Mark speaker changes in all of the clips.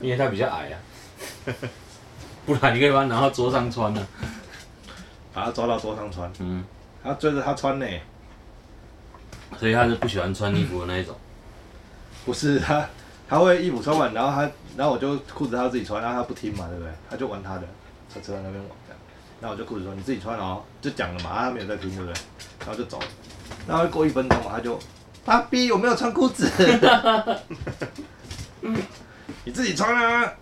Speaker 1: 因为它比较矮啊，不然你可以把它拿到桌上穿啊。
Speaker 2: 把它抓到桌上穿，
Speaker 1: 嗯，
Speaker 2: 他追着他穿呢，
Speaker 1: 所以他是不喜欢穿衣服的那一种。
Speaker 2: 不是他，他会衣服穿完，然后他，然后我就裤子他自己穿，然后他不听嘛，对不对？他就玩他的，车车在那边玩这样，然后我就裤子说你自己穿哦，就讲了嘛，啊他没有在听，对不对？然后就走了，然后过一分钟嘛，他就，爸比我没有穿裤子， 你自己穿啊，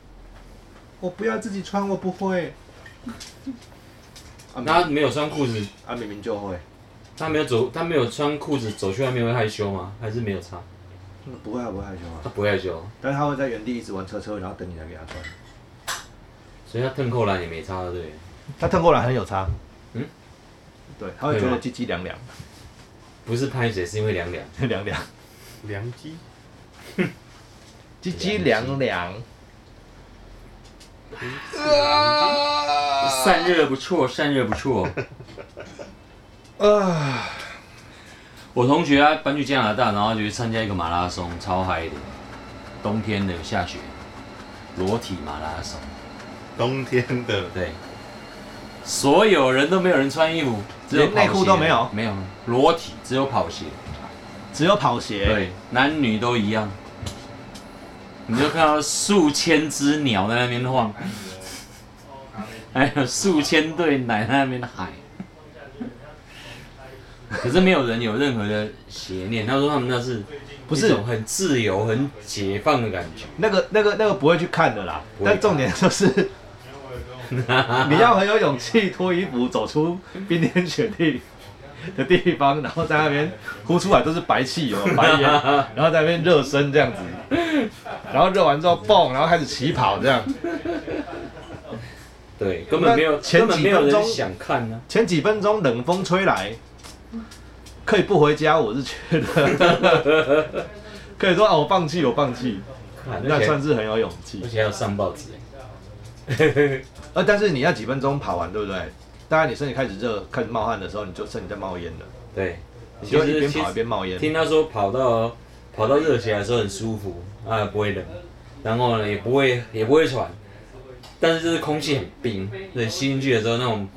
Speaker 2: 我不要自己穿，我不会，啊明
Speaker 1: 他没有穿裤子，
Speaker 2: 啊明明就会，
Speaker 1: 他没有走，他没有穿裤子走去外面会害羞吗？还是没有差？
Speaker 2: 嗯不会啊不会害羞啊。
Speaker 1: 他不会害羞，
Speaker 2: 但是他会在原地一直玩车车，然后等你来给他穿。
Speaker 1: 所以他腾扣篮也没差的，对。
Speaker 2: 他腾过来很有差，
Speaker 1: 嗯，
Speaker 2: 对，他会觉得鸡鸡凉 凉，
Speaker 1: 不是拍谁，是因为凉凉。
Speaker 2: 凉凉，
Speaker 3: 良机，
Speaker 2: 鸡鸡凉凉。
Speaker 1: 散热不错，散热不错。
Speaker 2: 啊，
Speaker 1: 我同学他搬去加拿大，然后就去参加一个马拉松，超嗨的。冬天的下雪，裸体马拉松，
Speaker 3: 冬天的
Speaker 1: 对。所有人都没有人穿衣服，只有
Speaker 2: 连内裤
Speaker 1: 跑鞋
Speaker 2: 都没有
Speaker 1: 没有裸体，只有跑鞋。
Speaker 2: 只有跑鞋，
Speaker 1: 对，男女都一样。你就看到数千只鸟在那边晃，还有数千对奶在那边喊。可是没有人有任何的邪念，他说他们那是
Speaker 2: 不
Speaker 1: 一
Speaker 2: 是
Speaker 1: 种很自由、很解放的感觉。
Speaker 2: 那个那个那个不会去看的啦。
Speaker 1: 不会看
Speaker 2: 但重点就是， 你要很有勇气脱衣服走出冰天雪地的地方，然后在那边呼出来都是白气 哦，白烟，然后在那边热身这样子，然后热完之后蹦，然后开始起跑这样。
Speaker 1: 对，根本没有，
Speaker 2: 那前
Speaker 1: 根本没有
Speaker 2: 几分
Speaker 1: 人
Speaker 2: 钟
Speaker 1: 想看啊呢、
Speaker 2: 前几分钟冷风吹来，可以不回家，我是觉得 可以说哦，我放弃，我放弃，
Speaker 1: 看
Speaker 2: 那
Speaker 1: 而且
Speaker 2: 算是很有勇气
Speaker 1: 而。且还有上报纸，
Speaker 2: 呃，但是你要几分钟跑完，对不对？当然，你身体开始热、开始冒汗的时候，你就身体在冒烟了，
Speaker 1: 对，
Speaker 2: 你就
Speaker 1: 其
Speaker 2: 一
Speaker 1: 实
Speaker 2: 边
Speaker 1: 其实
Speaker 2: 跑一边冒烟。
Speaker 1: 听他说跑到跑到热起来的时候很舒服，啊不会冷，然后呢也不会也不会喘，但是就是空气很冰，对，吸进去的时候那种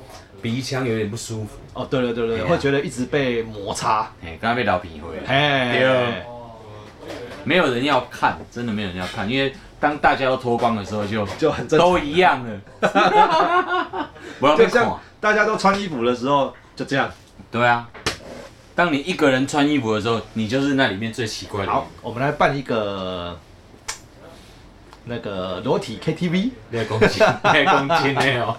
Speaker 1: 鼻腔有点不舒服，
Speaker 2: 哦，对了对了
Speaker 1: 对
Speaker 2: 对了，
Speaker 1: 啊
Speaker 2: 会觉得一直被摩擦。
Speaker 1: 哎、刚刚被老皮回来，
Speaker 2: 哎，
Speaker 1: 哦没有人要看，真的没有人要看，因为当大家都脱光的时候就
Speaker 2: 就很正常。
Speaker 1: 都一样了， 不要被
Speaker 2: 就
Speaker 1: 看
Speaker 2: 像，大家都穿衣服的时候，就这样。
Speaker 1: 对啊。当你一个人穿衣服的时候，你就是那里面最奇怪的人
Speaker 2: 好，，我们来办一个那个裸体 KTV。
Speaker 1: 六公斤，六公斤的哦。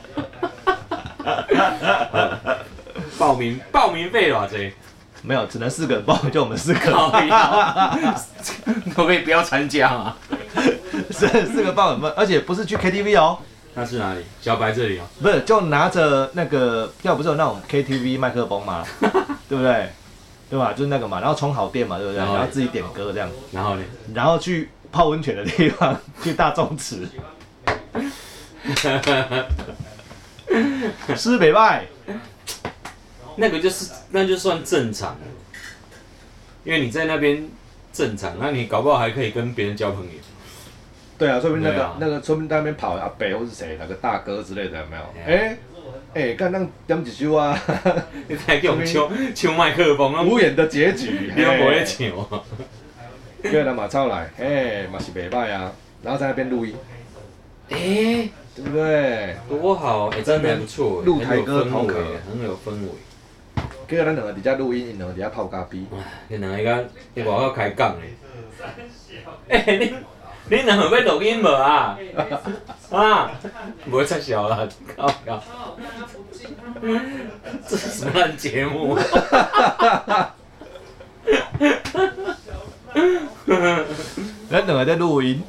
Speaker 1: 报名报名费偌济？
Speaker 2: 没有，只能四个人报，就我们四个，
Speaker 1: 靠腰可不可以不要参加嘛？
Speaker 2: 四四个报我们，而且不是去 KTV 哦，
Speaker 1: 那是哪里？小白这里哦。
Speaker 2: 不是，就拿着那个，要不是有那种 KTV 麦克风 嘛，对不对？对吧？就是那个嘛，然后充好电嘛，对不对？
Speaker 1: 然后嘞
Speaker 2: 然后自己点歌这样，
Speaker 1: 然后呢？
Speaker 2: 然后去泡温泉的地方， 去大众池，是北拜，
Speaker 1: 那个就是，那就算正常，因为你在那边正常，那你搞不好还可以跟别人交朋友。
Speaker 2: 对啊，说明那
Speaker 1: 对
Speaker 2: 个、
Speaker 1: 啊
Speaker 2: 那个，说明在那边跑阿北或是谁哪个大哥之类的，有没有？
Speaker 1: 对
Speaker 2: 哎哎，干那点几首 啊，
Speaker 1: 你还给我们抢抢麦克风啊？
Speaker 2: 无言的结局，
Speaker 1: 你都不会
Speaker 2: 嘿
Speaker 1: 抢哦。
Speaker 2: 越南马超来，嘿，嘛是袂歹啊，然后在那边录音，
Speaker 1: 哎，
Speaker 2: 对不对？
Speaker 1: 多好！哎，真的还不错，
Speaker 2: 露台哥
Speaker 1: 很
Speaker 2: 好
Speaker 1: 有氛
Speaker 2: 可
Speaker 1: 围，很有氛围。
Speaker 2: 结果咱两个伫遮录音，因两个伫遮泡咖啡，
Speaker 1: 你两个甲伫外口开讲 咧。哎、你你两个要录音无 啊？啊，无插小啦，靠靠！这是什么烂节 目？
Speaker 2: 咱两个在录音，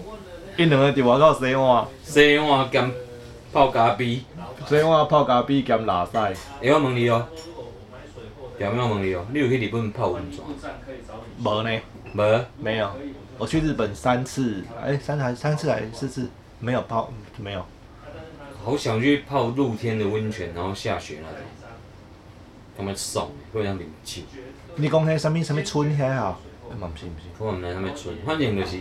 Speaker 2: 因两个伫外口洗碗，
Speaker 1: 西碗兼泡咖啡。
Speaker 2: 洗碗泡咖啡兼拉屎，
Speaker 1: 哎、我问你哦、条妹，我问你哦、你有去日本泡温泉？
Speaker 2: 无呢？
Speaker 1: 无？
Speaker 2: 没有，我去日本三次，哎、三次还是三次还是四次？没有泡，嗯没有，
Speaker 1: 好想去泡露天的温泉，然后下雪那种，他们爽，会让你气。
Speaker 2: 你讲迄什么什么村遐啊？哎嘛、不是不是，
Speaker 1: 我们来他们村，反正就是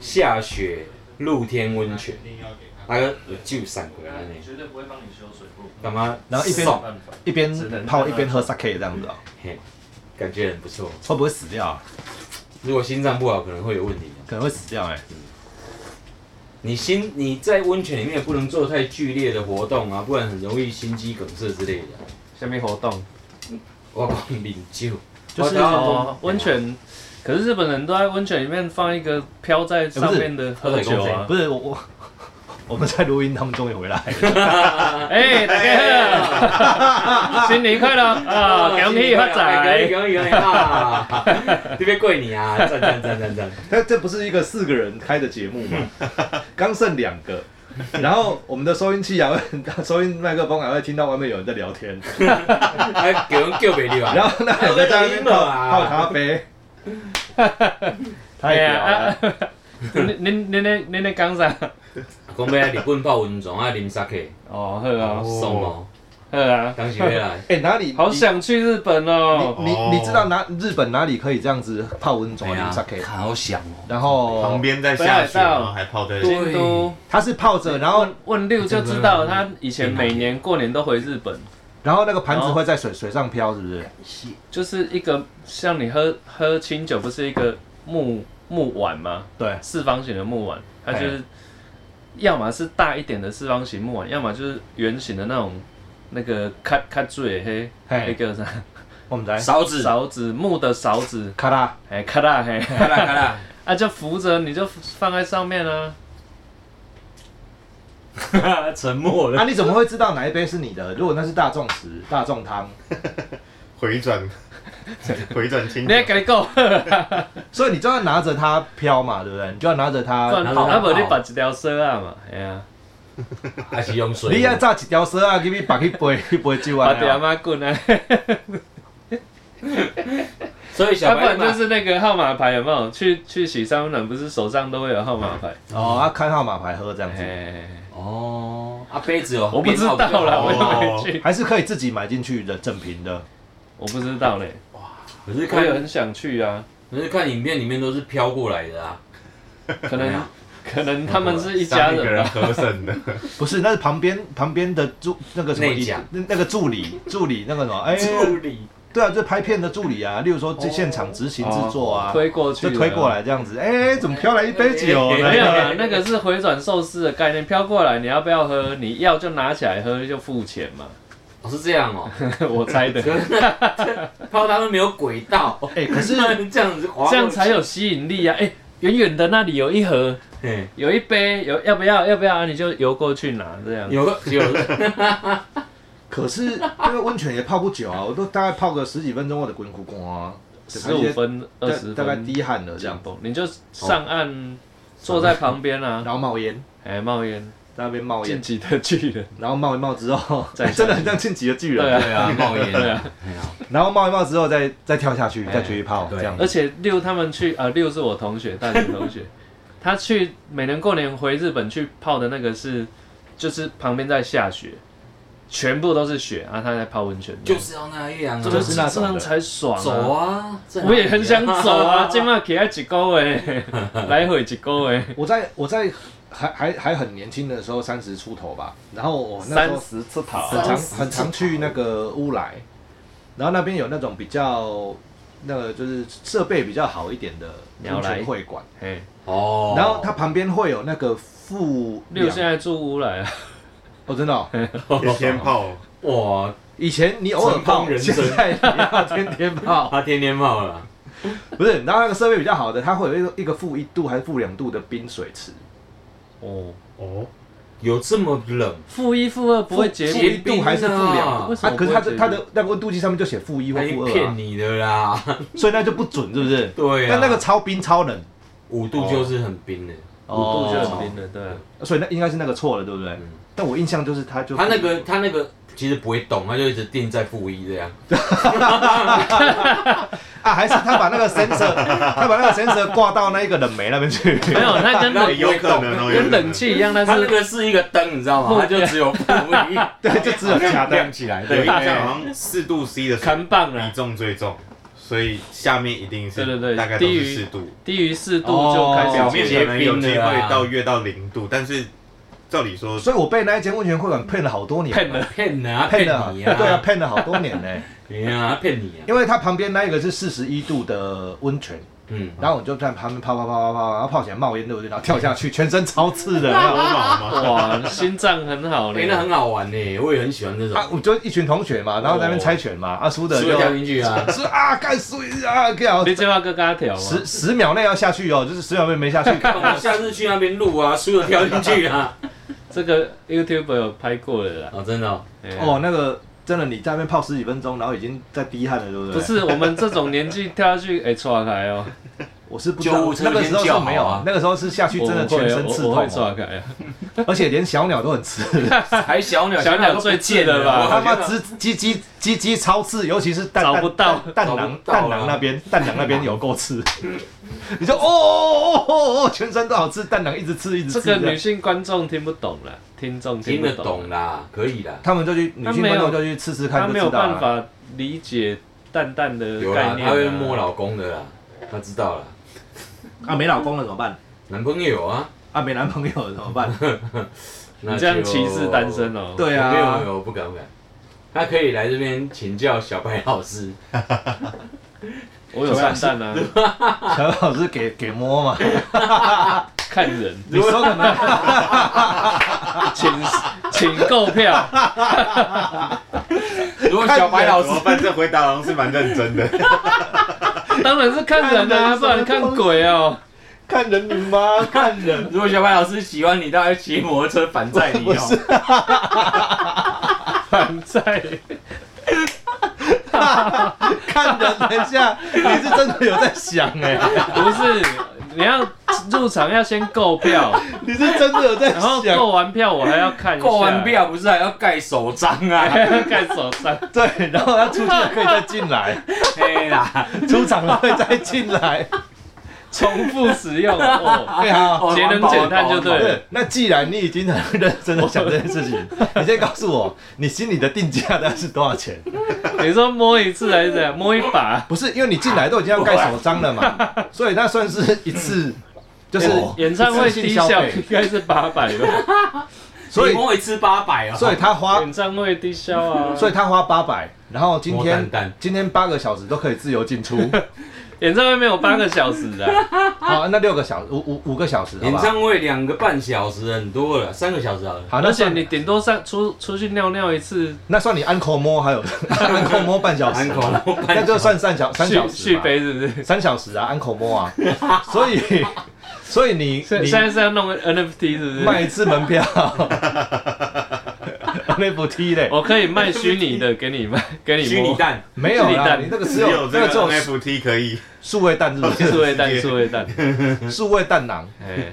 Speaker 1: 下雪露天温泉，
Speaker 4: 一定要给他，
Speaker 1: 那个有就三个安尼，
Speaker 4: 绝对不会帮你修水库，
Speaker 1: 干嘛？
Speaker 2: 然后一边
Speaker 1: 爽
Speaker 4: 办法。
Speaker 2: 一边泡一边喝 sake 这样子哦、
Speaker 1: 嘿，感觉很不错。
Speaker 2: 会不会死掉、啊？
Speaker 1: 如果心脏不好，可能会有问题啊。
Speaker 2: 可能会死掉哎、
Speaker 1: 你心你在温泉里面也不能做太剧烈的活动啊，不然很容易心肌梗塞之类的。
Speaker 5: 下面活动
Speaker 1: 我讲饮 酒，
Speaker 5: 就是
Speaker 1: 我讲
Speaker 5: 哦温泉，可是日本人都在温泉里面放一个飘在上面的喝酒啊。
Speaker 2: 不是我 我我们在录音，他们终于回来了。
Speaker 5: 哎，大家好，新年快乐啊！恭喜发
Speaker 1: 恭喜
Speaker 5: 财！
Speaker 1: 哎恭喜恭喜 啊！这边跪你啊，赞赞赞赞赞！
Speaker 2: 他这不是一个四个人开的节目吗？刚剩两个，然后我们的收音器啊，收音麦克风还会 听到外面有人在聊天，
Speaker 1: 还啊给人救别你吧。
Speaker 2: 然后那两个在那边泡泡咖啡，
Speaker 5: 哎
Speaker 2: 太屌
Speaker 5: 啊
Speaker 2: 了！
Speaker 5: 恁恁恁恁恁咧讲啥？
Speaker 1: 讲要来日本泡温泉啊，啉 sake，
Speaker 5: 哦，好啊，
Speaker 1: 爽哦！
Speaker 5: 好啊，
Speaker 1: 当时要来，
Speaker 2: 哎、哪里
Speaker 5: 好想去日本哦。
Speaker 2: 你你你知道哪日本哪里可以这样子泡温泉
Speaker 1: 哎呀
Speaker 2: 啊 sake？
Speaker 1: 好想哦！
Speaker 2: 然后
Speaker 3: 旁边在下雪，
Speaker 5: 北海道
Speaker 3: 然后还泡在
Speaker 1: 对
Speaker 5: 京都，
Speaker 2: 它是泡着，然后嗯
Speaker 5: 问问六就知道，他以前每年过年都回日本，
Speaker 2: 然后那个盘子会在水水上飘，是不是？
Speaker 5: 就是一个像你喝喝清酒，不是一个木木碗吗？
Speaker 2: 对，
Speaker 5: 四方形的木碗，它
Speaker 2: 嘿
Speaker 5: 就是要么是大一点的四方形木碗，要么就是圆形的那种那个卡卡嘴嘿，哎那
Speaker 2: 嘿，
Speaker 5: 个啥
Speaker 2: 我们来
Speaker 1: 勺子，
Speaker 5: 勺子木的勺子，
Speaker 2: 卡拉，
Speaker 5: 哎咔啦嘿，
Speaker 1: 咔啦咔啦，
Speaker 5: 啊就扶着你就放在上面啊，
Speaker 1: 哈哈沉默
Speaker 2: 啊，
Speaker 1: 了。
Speaker 2: 你怎么会知道哪一杯是你的？如果那是大众时大众汤，
Speaker 3: 回转，回转清
Speaker 2: 嗯
Speaker 5: 你还跟你讲，
Speaker 2: 所以你就要拿着它飘嘛，对不对？你就要拿着
Speaker 5: 不
Speaker 2: 它，
Speaker 5: 然
Speaker 1: 然
Speaker 5: 跑
Speaker 1: 后
Speaker 5: 啊不然你
Speaker 1: 跑
Speaker 5: 把一条蛇啊嘛，哎呀，
Speaker 1: 还是用水？
Speaker 2: 你要炸一条蛇啊，给你把去杯 去杯酒
Speaker 5: 把
Speaker 2: 啊。
Speaker 5: 爹妈滚啊，
Speaker 1: 所以小
Speaker 5: 要不
Speaker 1: 白
Speaker 5: 然
Speaker 1: 嘛
Speaker 5: 就是那个号码牌有没有？去去洗桑暖不是手上都会有号码牌，
Speaker 2: 哦，啊，看号码牌喝这样子，
Speaker 5: 哎，
Speaker 1: 哦，啊杯子有，
Speaker 5: 我不知道啦，我又没去，
Speaker 2: 还是可以自己买进去的正品的。
Speaker 5: 我不知道嘞，
Speaker 1: 可是
Speaker 5: 我也
Speaker 1: 看，
Speaker 5: 很想去啊。
Speaker 1: 可是看影片里面都是飘过来的啊。哎
Speaker 5: 可能
Speaker 1: 呀
Speaker 5: 可能他们是一家
Speaker 3: 上一个
Speaker 5: 人
Speaker 3: 人
Speaker 5: 吧。
Speaker 3: 合剩的，
Speaker 2: 不是，那是旁边旁边的助那个什么
Speaker 1: 内讲
Speaker 2: 那那个助 理助理那个什么，哎、
Speaker 1: 理，
Speaker 2: 对啊，就拍片的助理啊，例如说这现场执行制作啊，
Speaker 5: 哦推过
Speaker 2: 就
Speaker 5: 去，
Speaker 2: 推过。来这样子，哎、怎么飘来一杯酒
Speaker 1: 哎
Speaker 5: 没有
Speaker 2: 呢？
Speaker 5: 啦，那个是回转寿司的概念，飘过来你要不要喝？你要就拿起来喝，就付钱嘛。
Speaker 1: 哦是这样哦。
Speaker 5: 我猜的，
Speaker 1: 泡他们没有轨道，
Speaker 2: 哎、可是
Speaker 1: 那 这样子滑过去，
Speaker 5: 这样才有吸引力啊！哎，远远的那里有一盒，
Speaker 1: 嘿。
Speaker 5: 有一杯，有要不要？要不要？啊你就游过去拿，这样。
Speaker 1: 有个有个
Speaker 2: 可是那个温泉也泡不久啊，我都大概泡个十几分钟我就滚咕咕啊，就开
Speaker 5: 十
Speaker 2: 始
Speaker 5: 五分、二十分，
Speaker 2: 大大概滴汗了这样，
Speaker 5: 你就上
Speaker 2: 哦
Speaker 5: 岸，坐在旁边啊，
Speaker 2: 然后冒烟，
Speaker 5: 哎，冒烟，
Speaker 2: 在那边冒
Speaker 5: 晋
Speaker 2: 烟，
Speaker 5: 级的巨人，
Speaker 2: 然后冒一冒之 后，
Speaker 5: 再
Speaker 2: 真的很像晋级的巨人，
Speaker 5: 对啊
Speaker 1: 对 啊，冒烟
Speaker 5: 对
Speaker 1: 啊
Speaker 5: 啊。
Speaker 2: 然后冒一冒之后再再跳下去，
Speaker 1: 哎
Speaker 2: 再去泡
Speaker 1: 对
Speaker 2: 这样
Speaker 5: 而。且六他们去啊，六是我同学，大学同学，他去每年过年回日本去泡的那个是，就是旁边在下雪，全部都是雪啊，他在泡温泉，
Speaker 1: 就是要那样啊，
Speaker 5: 这
Speaker 2: 就
Speaker 5: 个
Speaker 2: 是
Speaker 5: 这
Speaker 2: 那种的
Speaker 5: 样才爽
Speaker 1: 走
Speaker 5: 啊！
Speaker 1: 啊，
Speaker 5: 我也很想走 啊，今晚起来一个月， 来回一个月，
Speaker 2: 我在我在还还还很年轻的时候，三十出头吧，然后我那时
Speaker 5: 三
Speaker 2: 候
Speaker 5: 十出头，
Speaker 2: 很常很常去那个乌来，然后那边有那种比较那个就是设备比较好一点的温
Speaker 5: 鸟来
Speaker 2: 泉会馆，
Speaker 5: 嘿，
Speaker 1: 哦，
Speaker 2: 然后它旁边会有那个负
Speaker 5: 六
Speaker 2: 两
Speaker 5: 现在住乌来啊，
Speaker 2: 哦，真的哦、
Speaker 3: 天天泡，
Speaker 1: 哇，
Speaker 2: 以前你偶尔
Speaker 1: 成
Speaker 2: 泡
Speaker 1: 功，人
Speaker 2: 现
Speaker 1: 生
Speaker 2: 在你要天 天泡，
Speaker 1: 他天天冒了，
Speaker 2: 不是？然后那个设备比较好的，它会有一个一个负一度还是负两度的冰水池，
Speaker 5: 哦，
Speaker 3: 哦，
Speaker 1: 有这么冷？
Speaker 5: 负一负二不会结
Speaker 1: 负
Speaker 2: 一
Speaker 5: 冰，
Speaker 2: 度还是负两
Speaker 1: 啊
Speaker 2: 度？
Speaker 5: 为什
Speaker 2: 它
Speaker 5: 么
Speaker 2: 可是它
Speaker 5: 不
Speaker 2: 的
Speaker 5: 会结冰哎
Speaker 2: 它的那个温度计上面就写负一或
Speaker 1: 他
Speaker 2: 负
Speaker 1: 一
Speaker 2: 二
Speaker 1: 骗
Speaker 2: 啊，
Speaker 1: 你的啦，
Speaker 2: 所以那就不准，是不是？
Speaker 1: 对啊。
Speaker 2: 但那个超冰超冷，
Speaker 1: 五度就是很冰的，
Speaker 5: 五度就很冰了，对啊，
Speaker 2: 所以那应该是那个错了，对不对？
Speaker 1: 嗯
Speaker 2: 但我印象就是它就
Speaker 1: 他那个他那个其实不会动，他就一直定在负一这样。
Speaker 2: 啊，还是他把那个 sensor，他 把那个 sensor 挂到那一个冷媒那边去。
Speaker 5: 没有，那跟冷
Speaker 1: 那
Speaker 3: 有可能哦，有可
Speaker 5: 跟
Speaker 3: 能
Speaker 5: 冷，哎气一样，但
Speaker 1: 他那
Speaker 5: 是
Speaker 1: 个是一个灯，你知道吗？他就只有负一，
Speaker 2: 对，就只有加
Speaker 1: 亮
Speaker 2: 灯。
Speaker 1: 起来。
Speaker 3: 有
Speaker 1: 对
Speaker 3: 一，张好像四度 C 的水
Speaker 5: 扛棒啊
Speaker 3: 比，重最重，所以下面一定是
Speaker 5: 对对对
Speaker 3: 大概都
Speaker 5: 低
Speaker 3: 是
Speaker 5: 于
Speaker 3: 四度，
Speaker 5: 低于四度就开
Speaker 1: 哦
Speaker 3: 表
Speaker 5: 始
Speaker 3: 面可能有机
Speaker 1: 结冰了啊
Speaker 3: 会到越到零度，但是照理说
Speaker 2: 所以我被那一间温泉会馆骗了好多年，
Speaker 5: 骗 了，
Speaker 1: 骗人啊，
Speaker 2: 骗
Speaker 1: 骗
Speaker 2: 了，
Speaker 1: 你
Speaker 2: 对啊，
Speaker 1: 啊，
Speaker 2: 骗了好多年呢、
Speaker 1: 对啊，骗你啊，
Speaker 2: 因为它旁边那一个是四十一度的温泉，
Speaker 1: 嗯，
Speaker 2: 然后我就在旁边泡泡泡泡泡，然后泡起来冒烟，对不对？然后跳下去，全身超刺的。
Speaker 3: 多毛嘛，
Speaker 5: 哇，心脏很好
Speaker 1: 哎，那
Speaker 5: 呢。
Speaker 1: 很好玩呢，我也很喜欢这种
Speaker 2: 啊，，我就一群同学嘛，然后在那边猜拳嘛，啊，输的
Speaker 1: 输了
Speaker 2: 就
Speaker 1: 跳进去啊，
Speaker 2: 是啊，干输啊，干
Speaker 5: 你这话跟他啊调吗
Speaker 2: 十？十秒内要下去哦，就是十秒内没下去，
Speaker 1: 我们哦下次去那边录啊，输了跳进去啊，
Speaker 5: 这个 YouTube 有拍过了啦。
Speaker 1: 哦，真的哦，
Speaker 5: 哎呀
Speaker 2: 哦，，那个真的你在那边泡十几分钟，然后已经在滴汗了，对不对？
Speaker 5: 不，是我们这种年纪跳下去， 哎，错开哦，
Speaker 2: 我是不知道
Speaker 1: 救护车
Speaker 2: 那个时候
Speaker 1: 先叫
Speaker 2: 是
Speaker 1: 好
Speaker 2: 没有
Speaker 1: 啊，
Speaker 2: 那个时候是下去
Speaker 5: 我
Speaker 2: 真的
Speaker 5: 不会
Speaker 2: 全
Speaker 5: 哦
Speaker 2: 身刺
Speaker 5: 我
Speaker 2: 痛
Speaker 5: 我会错
Speaker 2: 哦，
Speaker 5: 开啊。
Speaker 2: 而且连小鸟都很刺，
Speaker 1: 还小鸟，
Speaker 5: 小鸟最
Speaker 1: 贱
Speaker 5: 贱了吧
Speaker 2: 他妈只鸡鸡鸡鸡超刺，尤其是蛋
Speaker 5: 找不到
Speaker 2: 蛋
Speaker 1: 找不
Speaker 2: 蛋囊
Speaker 1: 到
Speaker 2: 蛋
Speaker 1: 啊
Speaker 2: 囊那边蛋囊那边有够刺， 你说哦哦哦哦哦，全身都好刺，蛋囊一直刺一直
Speaker 5: 这
Speaker 2: 刺
Speaker 5: 个
Speaker 2: 样
Speaker 5: 女性观众听不懂啦，听众
Speaker 1: 听
Speaker 5: 不
Speaker 1: 得懂，啦，可以啦，
Speaker 2: 他们就去女性观众就去吃吃
Speaker 5: 她
Speaker 2: 看，就
Speaker 5: 没有
Speaker 2: 知道啊
Speaker 5: 办
Speaker 2: 了。
Speaker 5: 法理解蛋蛋的
Speaker 1: 有
Speaker 5: 概
Speaker 1: 啦，
Speaker 5: 念啊。
Speaker 1: 他会摸老公的啦，他知道啦，
Speaker 2: 啊，没老公了怎么办？哦
Speaker 1: 男朋友啊，
Speaker 2: 啊，没男朋友了怎么 办？
Speaker 1: 那
Speaker 5: 你这样
Speaker 1: 就
Speaker 5: 歧视单身哦。
Speaker 2: 对
Speaker 1: 没有
Speaker 2: 啊
Speaker 1: 没，有，不敢不敢。他可以来这边请教小白老师，
Speaker 5: 我有蛋蛋啊，
Speaker 2: 小老师给给摸 嘛，
Speaker 5: 看人，
Speaker 2: 你说可 能
Speaker 5: 请请购票。
Speaker 1: 如果小白老
Speaker 3: 怎么
Speaker 1: 师
Speaker 3: 办？这回答好像是蛮认真的。
Speaker 5: 当然是看人啊，
Speaker 2: 看人
Speaker 5: 不然看鬼哦、
Speaker 2: 看人你妈 看人，
Speaker 1: 如果小白老师喜欢你，他会骑摩托车反载你哦。
Speaker 5: 反在
Speaker 2: 看人，等一 下，你是真的有在想哎、
Speaker 5: 不是，你要入场要先购 票，
Speaker 2: 你是真的有在
Speaker 5: 然后
Speaker 2: 想，
Speaker 5: 购完票我还要看一 下，
Speaker 1: 过完，票不是还要盖手章啊？
Speaker 5: 还要看手上，
Speaker 2: 对，然后他出去了可以再进来，
Speaker 1: 嘿 啦，
Speaker 2: 出场了会再进来，
Speaker 5: 重复使用。 哦、
Speaker 2: 对啊。
Speaker 1: 哦
Speaker 5: 节能减碳就对了
Speaker 2: 对，那既然你已经很认真的想这件事情，你先告诉我，你心里的定价大概是多少钱？
Speaker 5: 你说摸一次还是怎样？摸一把，
Speaker 2: 不是，因为你进来都已经要盖手章了嘛，所以那算是一次，就是
Speaker 1: 哦
Speaker 5: 演唱会
Speaker 2: 一次性
Speaker 5: 低
Speaker 2: 消
Speaker 5: 消
Speaker 2: 费
Speaker 5: 应该是八百吧？
Speaker 2: 所以
Speaker 1: 你摸一次八百哦。
Speaker 2: 所以他花，
Speaker 5: 演唱会低消啊，
Speaker 2: 所以他花八百，然后今
Speaker 1: 摸
Speaker 2: 天
Speaker 1: 蛋蛋
Speaker 2: 今天八个小时都可以自由进出，
Speaker 5: 演唱会没有八个小时的、啊，
Speaker 2: 好，那六个小时五五五个小时，好
Speaker 1: 演
Speaker 2: 不好？
Speaker 1: 唱会两个半小时很多了，三个小时好了。
Speaker 2: 好，那
Speaker 5: 而且
Speaker 2: 算
Speaker 5: 你
Speaker 2: 你
Speaker 5: 顶多上出出去尿尿一次，
Speaker 2: 那算你安口摸还有安口摸半小时
Speaker 1: 安，口摸半
Speaker 2: 那
Speaker 1: 小
Speaker 2: 就
Speaker 1: 时，
Speaker 2: 算三小三小
Speaker 5: 续
Speaker 2: 时
Speaker 5: 续
Speaker 2: 吧，
Speaker 5: 杯是不是？
Speaker 2: 三小时啊，安口摸啊， 所以所以你
Speaker 5: 现
Speaker 2: 你
Speaker 5: 现在是要弄 NFT 是不是？
Speaker 2: 卖一次 门票，那不踢嘞，
Speaker 5: 我可以卖虚 拟的给你卖，给你
Speaker 1: 虚
Speaker 5: 摸
Speaker 1: 拟。蛋，
Speaker 2: 没有
Speaker 5: 自己
Speaker 2: 啦，
Speaker 5: 蛋
Speaker 2: 你那个只
Speaker 3: 只有
Speaker 2: 有
Speaker 3: 这
Speaker 2: 那个
Speaker 3: 个
Speaker 2: 只有
Speaker 3: NFT 可以，
Speaker 2: 数位蛋是不
Speaker 5: 数
Speaker 2: 是？
Speaker 5: 位蛋，数位蛋，
Speaker 2: 数位蛋囊。
Speaker 5: 哎，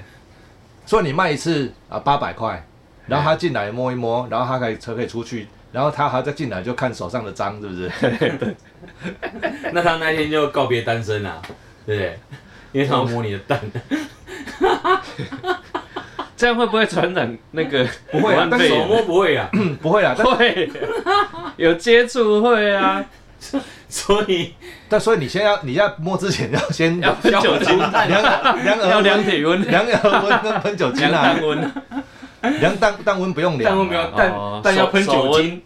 Speaker 2: 所以你卖一次啊八百块，然后他进来摸一摸，然后他可以车可以出去，然后他还要再进来就看手上的章，是不是？
Speaker 1: 那他那天就告别单身啦，对 不对？因为他要摸你的 蛋，
Speaker 5: 这样会不会传染那个
Speaker 2: 不会啊
Speaker 5: 武汉
Speaker 2: 但是
Speaker 5: 肺
Speaker 1: 手
Speaker 5: 炎
Speaker 1: 摸不会啊，
Speaker 2: 嗯不会啦，但
Speaker 5: 会有接触 会啊，
Speaker 1: 所以
Speaker 2: 但所以你先要你要摸之前要先
Speaker 5: 要
Speaker 2: 量
Speaker 5: 喷酒精，
Speaker 2: 量量
Speaker 5: 要
Speaker 2: 额
Speaker 5: 量
Speaker 2: 温。
Speaker 5: 体温，
Speaker 2: 量额温跟喷酒精
Speaker 5: 量
Speaker 2: 啊
Speaker 5: 蛋， 温，
Speaker 2: 量蛋蛋温不用量啊，
Speaker 1: 蛋温不要
Speaker 5: 哦
Speaker 1: 蛋蛋要喷
Speaker 5: 手手
Speaker 1: 酒
Speaker 5: 温
Speaker 1: 精，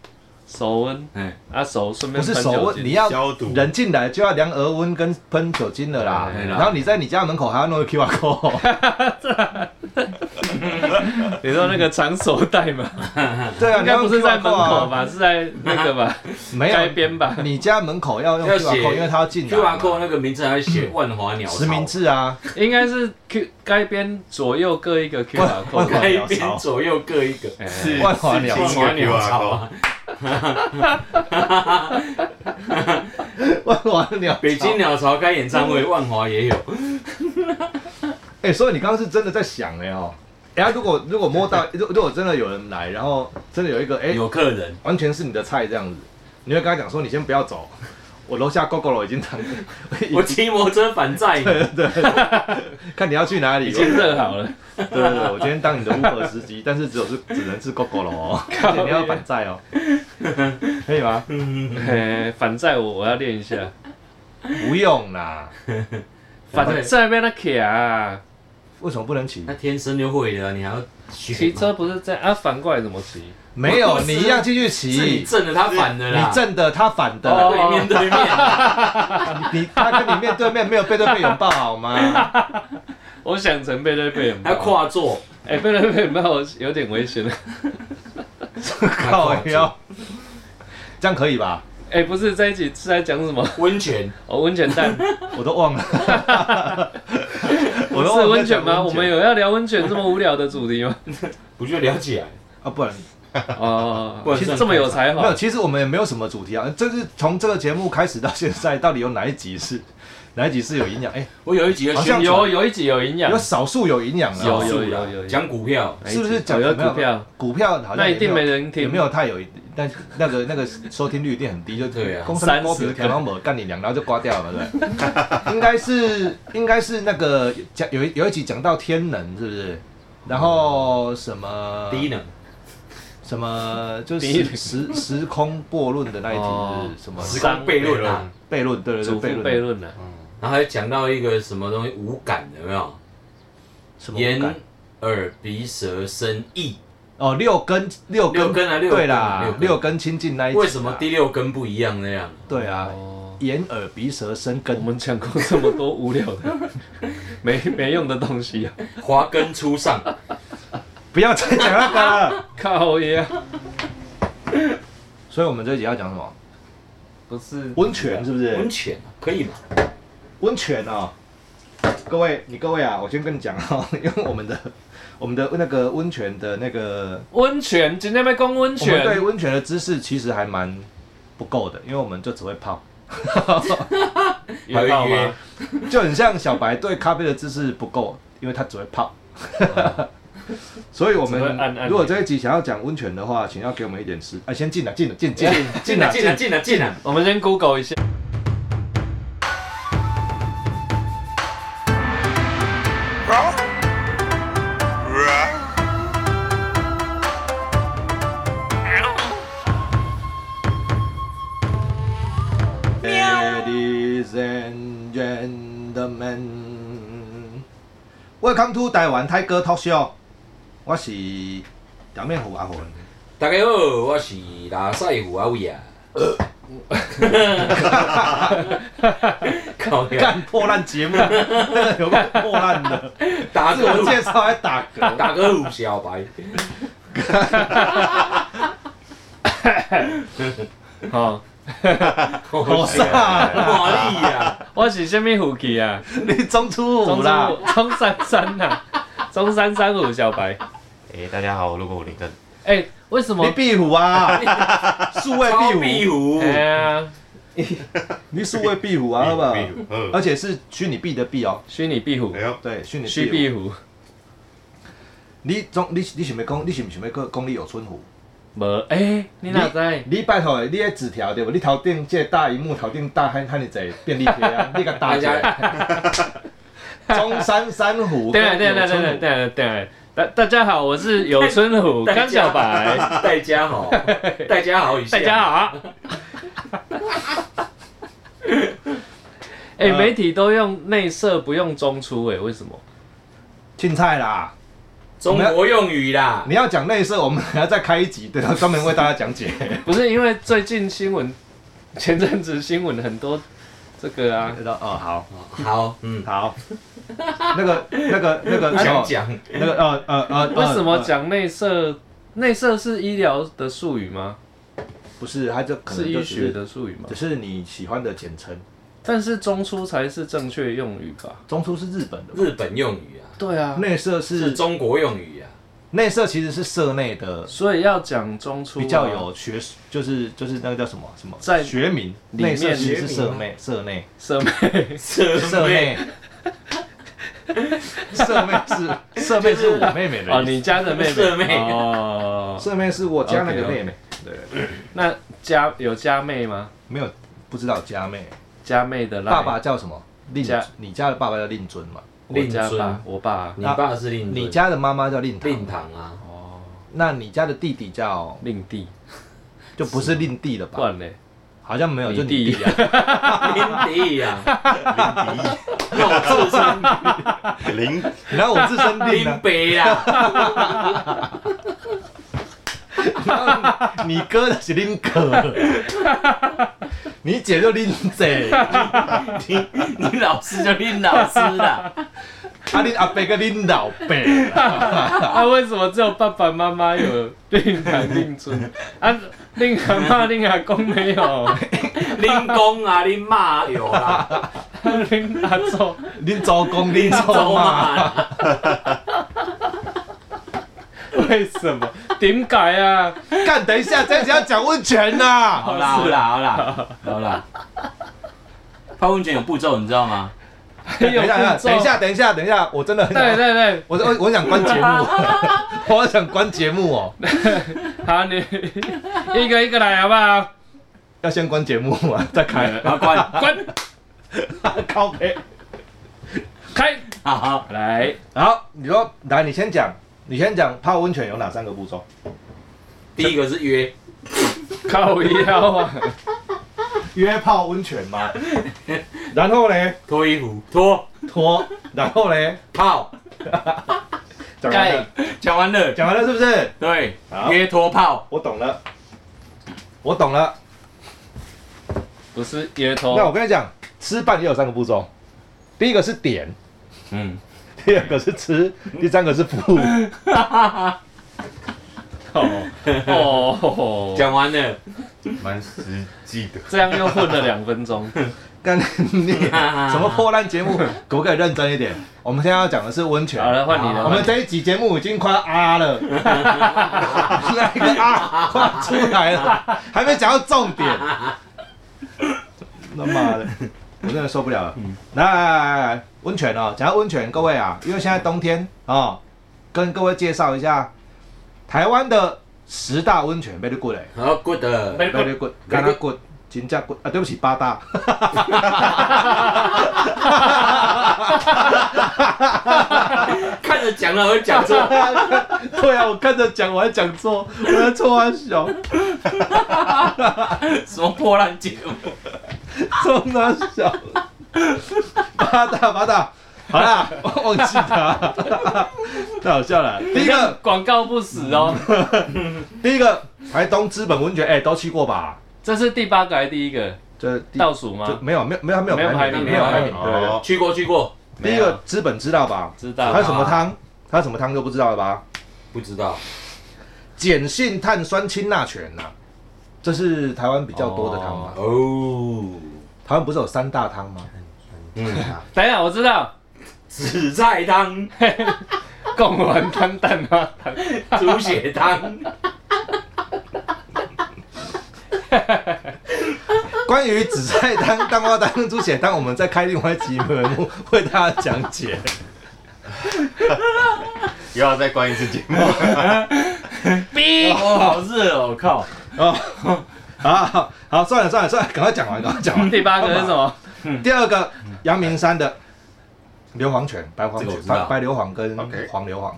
Speaker 5: 手温
Speaker 1: 哎，
Speaker 5: 啊手顺
Speaker 2: 不
Speaker 5: 便
Speaker 2: 是
Speaker 5: 喷
Speaker 2: 手
Speaker 5: 酒
Speaker 2: 温，你
Speaker 5: 精，
Speaker 2: 要
Speaker 3: 消毒
Speaker 2: 人进来就要量额温跟喷酒精的啦。
Speaker 1: 哎
Speaker 2: 然后你在你家门口还要弄个 QR code，
Speaker 5: 你说那个长手带 嘛，
Speaker 2: 对啊，
Speaker 5: 应
Speaker 2: 你
Speaker 5: 该
Speaker 2: 要
Speaker 5: 不
Speaker 2: 用
Speaker 5: 是在
Speaker 2: QR
Speaker 5: 门
Speaker 2: code 啊
Speaker 5: 口？吧，是在那个吧，
Speaker 2: 没
Speaker 5: 街
Speaker 2: 有，
Speaker 5: 边吧，
Speaker 2: 你家门口要用
Speaker 1: 要
Speaker 2: QR
Speaker 1: 写
Speaker 2: code，因为他要进来嘛。
Speaker 1: QR code 那个名字还会写万华鸟巢
Speaker 2: 实名制啊，
Speaker 5: 应该是 Q 街边左右各一个 QR
Speaker 2: 万
Speaker 5: code，
Speaker 2: 华
Speaker 1: 改
Speaker 2: 鸟
Speaker 1: 边
Speaker 2: 巢
Speaker 1: 左右各一个，
Speaker 5: 哎
Speaker 3: 是
Speaker 2: 万华鸟巢
Speaker 3: 是
Speaker 1: 万
Speaker 3: 亲
Speaker 1: 华鸟
Speaker 3: 眼 QR
Speaker 1: 巢
Speaker 3: code
Speaker 1: 啊，
Speaker 2: 万华鸟巢。
Speaker 1: 北京鸟巢开演唱会，万华也有，
Speaker 2: 哎、所以你刚刚是真的在想哎哦，哎、啊如果如果摸到，如如果真的有人来，然后真的有一个哎、
Speaker 1: 有客 人，
Speaker 2: 完全是你的菜这样子，你会跟他讲说，你先不要走，我楼下 GoGo 已经躺，
Speaker 1: 我骑摩托车反载你，
Speaker 2: 看你要去哪里。
Speaker 5: 已
Speaker 2: 我对
Speaker 5: 经热好了，
Speaker 2: 对对，我今天当你的 Uber 司机，但是只有是只能是 GoGo 哦， 而且你
Speaker 5: 啊
Speaker 2: 要反债哦，可以吗？
Speaker 5: 哎反债我我要练一下，
Speaker 2: 不用啦，
Speaker 5: 反正被他卡。啊
Speaker 2: 为什么不能骑
Speaker 1: 他？
Speaker 5: 哎
Speaker 1: 天生就会的，你还要学吗
Speaker 5: 骑车不是这样啊？反过来怎么骑？
Speaker 2: 没有，
Speaker 1: 不是
Speaker 2: 你一样继续
Speaker 1: 是你
Speaker 2: 骑，
Speaker 1: 正的，他反的啦。
Speaker 2: 你正的，他反
Speaker 5: 哦
Speaker 2: 的，哦
Speaker 1: 对面对面，
Speaker 2: 你他跟你面对面没有背对背拥抱好 吗？
Speaker 5: 我想成背对背拥
Speaker 1: 还要
Speaker 5: 抱。
Speaker 1: 跨坐，
Speaker 5: 哎，背对背拥抱有点危险了。
Speaker 2: 靠腰，这样可以吧？
Speaker 5: 哎，不是在一起是在讲什么？
Speaker 1: 温泉
Speaker 5: 哦，温泉蛋，
Speaker 2: 我都 忘了， 我都忘了
Speaker 5: 是温泉
Speaker 2: 在
Speaker 5: 吗？
Speaker 2: 讲
Speaker 5: 我们有要聊温泉这么无聊的主题吗？
Speaker 1: 不就聊起来？
Speaker 2: 啊，不然
Speaker 5: 哦
Speaker 1: 不，然
Speaker 5: 其实
Speaker 1: 算
Speaker 5: 这么有才
Speaker 2: 没有，
Speaker 5: 华，
Speaker 2: 其实我们也没有什么主题啊。这是从这个节目开始到现在，到底有哪一集是哪一集是有营养？哎、
Speaker 1: 我有一集的啊
Speaker 2: 好像
Speaker 1: 宣
Speaker 5: 有有一集有营养
Speaker 2: 有，少数有营养的
Speaker 5: 有
Speaker 2: 哦，
Speaker 5: 有有有有
Speaker 1: 讲股票，
Speaker 5: 哪一集
Speaker 2: 是不是讲
Speaker 5: 有
Speaker 2: 没有
Speaker 5: 股票？
Speaker 2: 股票好像
Speaker 5: 那一定
Speaker 2: 也
Speaker 5: 没
Speaker 2: 有
Speaker 5: 人
Speaker 2: 也
Speaker 5: 听
Speaker 2: 没。有太有，但那个那个收听率一定很低，就
Speaker 1: 对啊
Speaker 2: 公司
Speaker 5: 30
Speaker 2: 高比调到某干你娘，然后就刮掉了，对不对？ 应该是应该是那个讲有一有一集讲到天能，是不是？然后什么
Speaker 1: 低能
Speaker 2: 什么就
Speaker 5: 低
Speaker 2: 是
Speaker 5: 能
Speaker 2: 时时时空悖论的那一
Speaker 5: 哦
Speaker 2: 题是什么
Speaker 1: 时空悖论啊。
Speaker 2: 悖论？对对对，
Speaker 5: 祖父
Speaker 2: 悖
Speaker 5: 悖
Speaker 2: 论
Speaker 5: 论啊了，
Speaker 1: 然后还讲到一个什么东西无感有没有？
Speaker 2: 什么五感
Speaker 1: 眼、耳、鼻、舌、身、意，
Speaker 2: 哦，六根六根
Speaker 1: 六根啊六根
Speaker 2: 对啦，
Speaker 1: 六根
Speaker 2: 六根清净那一集啊
Speaker 1: 为什么第六根不一样那样？
Speaker 2: 对啊，
Speaker 5: 哦，
Speaker 2: 眼耳鼻舌身
Speaker 5: 我
Speaker 2: 根
Speaker 5: 们讲过这么多无聊的、没 没用的东西啊，
Speaker 1: 华根初上，
Speaker 2: 不要再讲那个了。
Speaker 5: 靠呀！
Speaker 2: 所以我们这一集要讲什么？
Speaker 5: 不是
Speaker 2: 温泉是不
Speaker 1: 温
Speaker 2: 是？
Speaker 1: 泉可以吗？
Speaker 2: 温泉哦，各位你各位啊， 我先跟你讲哦，因为我们的我们的那个温泉的那个，
Speaker 5: 温泉，今天被攻温
Speaker 2: 我们对
Speaker 5: 泉，
Speaker 2: 温泉的知识其实还蛮不够的，因为我们就只会泡，
Speaker 1: 还
Speaker 5: 有
Speaker 1: 会
Speaker 5: 到
Speaker 1: 约
Speaker 5: 吗？
Speaker 2: 就很像小白对咖啡的知识不够，因为他只会 泡。所以，我
Speaker 5: 只会按
Speaker 2: 们
Speaker 5: 按
Speaker 2: 如果这一集想要讲温泉的话，请要给我们一点时啊，先进来，进来，进进
Speaker 1: 进
Speaker 2: 进
Speaker 1: 来
Speaker 2: 来，
Speaker 1: 进来进来进来，
Speaker 5: 我们先 Google 一下。
Speaker 2: Ladies and gentlemen, welcome to 台湾泰哥 talk show。我是表面虎阿魂，
Speaker 1: 大家好，我是拉塞虎阿伟啊。
Speaker 2: 呃
Speaker 1: 搞呀，
Speaker 2: 干破烂节目， 有个破烂的，
Speaker 1: 打
Speaker 2: 自我
Speaker 1: 嗝
Speaker 2: 介绍还打 嗝。
Speaker 1: 打嗝虎小白，
Speaker 5: 好，
Speaker 2: 好
Speaker 1: 我
Speaker 2: 傻，
Speaker 1: 华丽呀，
Speaker 5: 我是什么虎气啊？
Speaker 2: 你中初五
Speaker 5: 中
Speaker 2: 啦
Speaker 5: 山？中山山呐，中山山虎小白。
Speaker 3: 哎、大家好，如果我林正，
Speaker 5: 哎，为什
Speaker 2: 你
Speaker 5: 么？
Speaker 2: 壁虎 啊，数位
Speaker 1: 超
Speaker 2: 壁
Speaker 1: 壁虎
Speaker 2: 虎，
Speaker 5: 哎，呀，
Speaker 2: 你数位壁虎啊，好不好？
Speaker 3: 壁虎
Speaker 2: 而
Speaker 3: 呃，
Speaker 2: 且是虚拟币的币哦，
Speaker 5: 虚拟壁虎
Speaker 3: 哎，呦，
Speaker 2: 对，虚拟
Speaker 5: 虚
Speaker 2: 币
Speaker 5: 壁
Speaker 2: 虎。
Speaker 5: 虎，
Speaker 2: 你中你你想要讲，你想不想要讲公里有春湖？
Speaker 5: 无哎，你哪知？
Speaker 2: 你拜托的，你的纸条对不？你头顶这大荧幕头顶大汉汉你在便利贴 啊，你个大
Speaker 1: 大
Speaker 2: 家
Speaker 1: 家
Speaker 2: 中山珊瑚，
Speaker 5: 对对对对对对对。大大家好，我是有春虎
Speaker 1: 大家
Speaker 5: 甘 小白，
Speaker 2: 啊
Speaker 1: 大家好，大家好一下，
Speaker 5: 大家好啊。哎、
Speaker 2: 呃
Speaker 5: 媒体都用内射不用中出、哎，为什么？
Speaker 2: 青菜啦。
Speaker 1: 中国用语啦，
Speaker 2: 你要讲内射，我们还要再开一集，对，专门为大家讲 解。
Speaker 5: 不是因为最近新闻，前阵子新闻很多这个啊，
Speaker 2: 哦，好
Speaker 1: 好，嗯，
Speaker 2: 好，那个那个那个
Speaker 1: 不想讲，
Speaker 2: 那个呃呃呃，
Speaker 5: 为什么
Speaker 2: 呃？
Speaker 5: 讲内射？内射是医疗的术语吗？
Speaker 2: 呃不是，它就可能
Speaker 5: 是
Speaker 2: 就
Speaker 5: 医
Speaker 2: 只
Speaker 5: 学，的术语吗
Speaker 2: 只？是你喜欢的简称。
Speaker 5: 但是中出才是正确用语吧？
Speaker 2: 中出是日本的嘛，
Speaker 1: 日本用语啊，
Speaker 5: 对啊，
Speaker 2: 内射
Speaker 1: 是
Speaker 2: 是
Speaker 1: 中国用语啊，
Speaker 2: 内射，其实是社内的
Speaker 5: 所以要讲中出、
Speaker 2: 比较有学术，就是就是那个叫什么什么
Speaker 5: 啊在
Speaker 2: 学名
Speaker 5: 里面啊
Speaker 2: 内设其实是
Speaker 1: 学
Speaker 2: 社
Speaker 1: 名
Speaker 2: 内社内
Speaker 5: 什么？
Speaker 1: 社
Speaker 2: 社
Speaker 1: 妹
Speaker 2: 内 社妹是社妹是我妹妹的
Speaker 5: 哦，
Speaker 2: 意
Speaker 5: 你家的妹
Speaker 1: 是妹
Speaker 5: 哦
Speaker 2: 思，，社妹是我家那个妹妹，对，
Speaker 5: 那家有家妹吗？
Speaker 2: 没有不知道家妹，
Speaker 5: 家妹的 line
Speaker 2: 爸爸叫什么？令
Speaker 5: 家
Speaker 2: 你家的爸爸叫令尊嘛，
Speaker 5: 我家
Speaker 1: 令
Speaker 5: 爸
Speaker 1: 尊，
Speaker 5: 我爸
Speaker 1: 你爸是令
Speaker 2: 你家的妈妈叫令
Speaker 1: 令
Speaker 2: 堂，
Speaker 1: 堂啊，
Speaker 5: 哦，
Speaker 2: 那你家的弟弟叫
Speaker 5: 令弟，
Speaker 2: 就不是令弟了
Speaker 5: 不
Speaker 2: 吧？
Speaker 5: 然嘞，
Speaker 2: 好像没有，就
Speaker 5: 你弟
Speaker 2: 弟。
Speaker 5: 弟啊，
Speaker 1: 林迪啊 呀，
Speaker 3: 那我自身零
Speaker 2: 然后我自啊身定
Speaker 1: 林
Speaker 2: 了，
Speaker 1: 北 呀，
Speaker 2: 你哥的是林哥， 你姐就林姐，啊
Speaker 1: 你你老师就林老师 啦，
Speaker 2: 你阿伯跟林老伯啦，
Speaker 5: 啊，为什么只有爸爸妈妈有 令堂令尊啊，令阿妈令阿公没有，啊
Speaker 1: 林公啊，林妈啊有 啦，
Speaker 5: 令阿祖
Speaker 2: 林周公林周
Speaker 1: 周
Speaker 2: 嘛，
Speaker 1: 妈啊，
Speaker 5: 为什么？点解啊？
Speaker 2: 干等一下，这只要讲啊温泉 呐，
Speaker 1: 好啦好啦好啦好啦，泡温泉有步骤你知道吗？
Speaker 5: 还有
Speaker 2: 等一下
Speaker 5: 步骤
Speaker 2: 等一，下等一下等一下，我真的很想
Speaker 5: 对对对，
Speaker 2: 我我我想关 节目， 我想关节目哦，
Speaker 5: 好，你一个一个来好不好？
Speaker 2: 要先关节目啊，再开
Speaker 1: 然后关
Speaker 5: 滚，
Speaker 2: 靠背。
Speaker 5: 开，
Speaker 1: 好好
Speaker 5: 来，
Speaker 2: 好，你说来，你先讲，你先讲泡温泉有哪三个步骤？
Speaker 1: 第一个是约，
Speaker 5: 靠腰啊，
Speaker 2: 约泡温泉 嘛，然后呢
Speaker 1: 脱衣服，脱
Speaker 2: 脱，然后呢
Speaker 1: 泡
Speaker 2: 讲完了，
Speaker 1: 讲完了，
Speaker 2: 讲完了是不是？
Speaker 1: 对
Speaker 2: 好，
Speaker 1: 约脱泡，
Speaker 2: 我懂了，我懂了。
Speaker 5: 不是椰
Speaker 2: 那我
Speaker 5: 头，
Speaker 2: 跟你讲，吃饭也有三个步骤，第一个是点，
Speaker 1: 嗯，
Speaker 2: 第二个是吃，第三个是付。
Speaker 5: 哦哦，
Speaker 1: 讲完了，
Speaker 3: 蛮实际的，
Speaker 5: 这样又混了两分钟，
Speaker 2: 干你 什么破烂节目，可不可以认真一点？我们现在要讲的是温泉。
Speaker 5: 好了，换你
Speaker 2: 我们
Speaker 5: 了，
Speaker 2: 这一集节目已经快要啊 了，那一个啊快要出来了，还没讲到重点。他妈的，我真的受不了了。来来来来，温泉哦，讲到温泉，各位啊，因为现在冬天哦，跟各位介绍一下台湾的十大温泉，欸被你过来，
Speaker 1: 好 good 的，
Speaker 2: 被你过，干他过，金价过啊，对不起，八大。
Speaker 1: 看着讲了会讲错，
Speaker 2: 对啊，我看着讲，我还讲错，我在错啊小，
Speaker 1: 什么破烂节目，
Speaker 2: 错啊小，八大八大，好啦， 我忘记他， 太好笑了。第一个，嗯
Speaker 5: 广告不死哦，
Speaker 2: 第一个，台东资本温泉，哎、都去过吧？
Speaker 5: 这是第八个还是第一个
Speaker 2: 这第
Speaker 5: 倒数
Speaker 2: 就
Speaker 5: 吗？
Speaker 2: 没有没有没有没有
Speaker 5: 没有
Speaker 2: 排
Speaker 5: 排名
Speaker 2: 没有排名。
Speaker 5: 没有
Speaker 2: 对对
Speaker 3: 哦
Speaker 1: 去过去过，
Speaker 2: 对，第一个资本知道吧？
Speaker 5: 知道
Speaker 2: 它什么汤？它什么汤都不知道了吧？
Speaker 1: 不知道，
Speaker 2: 碱性碳酸氢钠泉呐、这是台湾比较多的汤吧？
Speaker 1: 哦，
Speaker 2: 台湾不是有三大汤吗？
Speaker 1: 嗯，
Speaker 5: 等一下，我知道，
Speaker 1: 紫菜汤、
Speaker 5: 贡丸汤、啊蛋花汤，
Speaker 1: 猪血汤，
Speaker 2: 关于紫菜汤、蛋花汤、猪血汤，我们再开另外一集节目为大家讲解。
Speaker 3: 又要再关一次节目。
Speaker 5: 逼，
Speaker 1: 哦，好热哦，靠，
Speaker 2: 哦，好好算了算了算了，赶快讲完，赶快讲
Speaker 1: 嗯
Speaker 2: 完。
Speaker 5: 第八个是什么？
Speaker 2: 第二个，阳明山的硫磺泉、白黄
Speaker 1: 这个我
Speaker 2: 泉、
Speaker 1: 知道
Speaker 2: 白白硫磺跟
Speaker 3: OK
Speaker 2: 黄硫磺、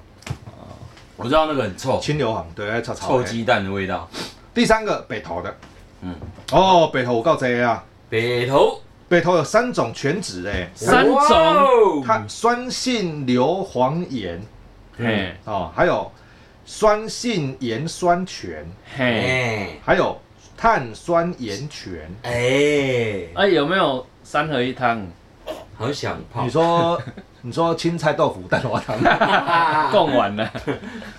Speaker 1: 我知道那个很臭，
Speaker 2: 青硫磺，对，臭
Speaker 1: 臭
Speaker 2: 臭。
Speaker 1: 鸡蛋的味道，
Speaker 2: 第三个，北投的，
Speaker 1: 哎嗯，
Speaker 2: 哦，北投我告诉你啊，
Speaker 1: 北投
Speaker 2: 北投有三种泉质诶，
Speaker 5: 三种
Speaker 1: 种
Speaker 2: 它酸性硫磺盐
Speaker 5: 嘿
Speaker 2: 哦，还有酸性盐酸泉，
Speaker 5: 嘿，
Speaker 1: 哎
Speaker 2: 还有碳酸盐泉。
Speaker 1: 哎，
Speaker 5: 哎，有没有三合一汤？
Speaker 1: 好想泡
Speaker 2: 你，说， 你说青菜豆腐蛋花汤，
Speaker 1: 啊
Speaker 5: 贡丸呢？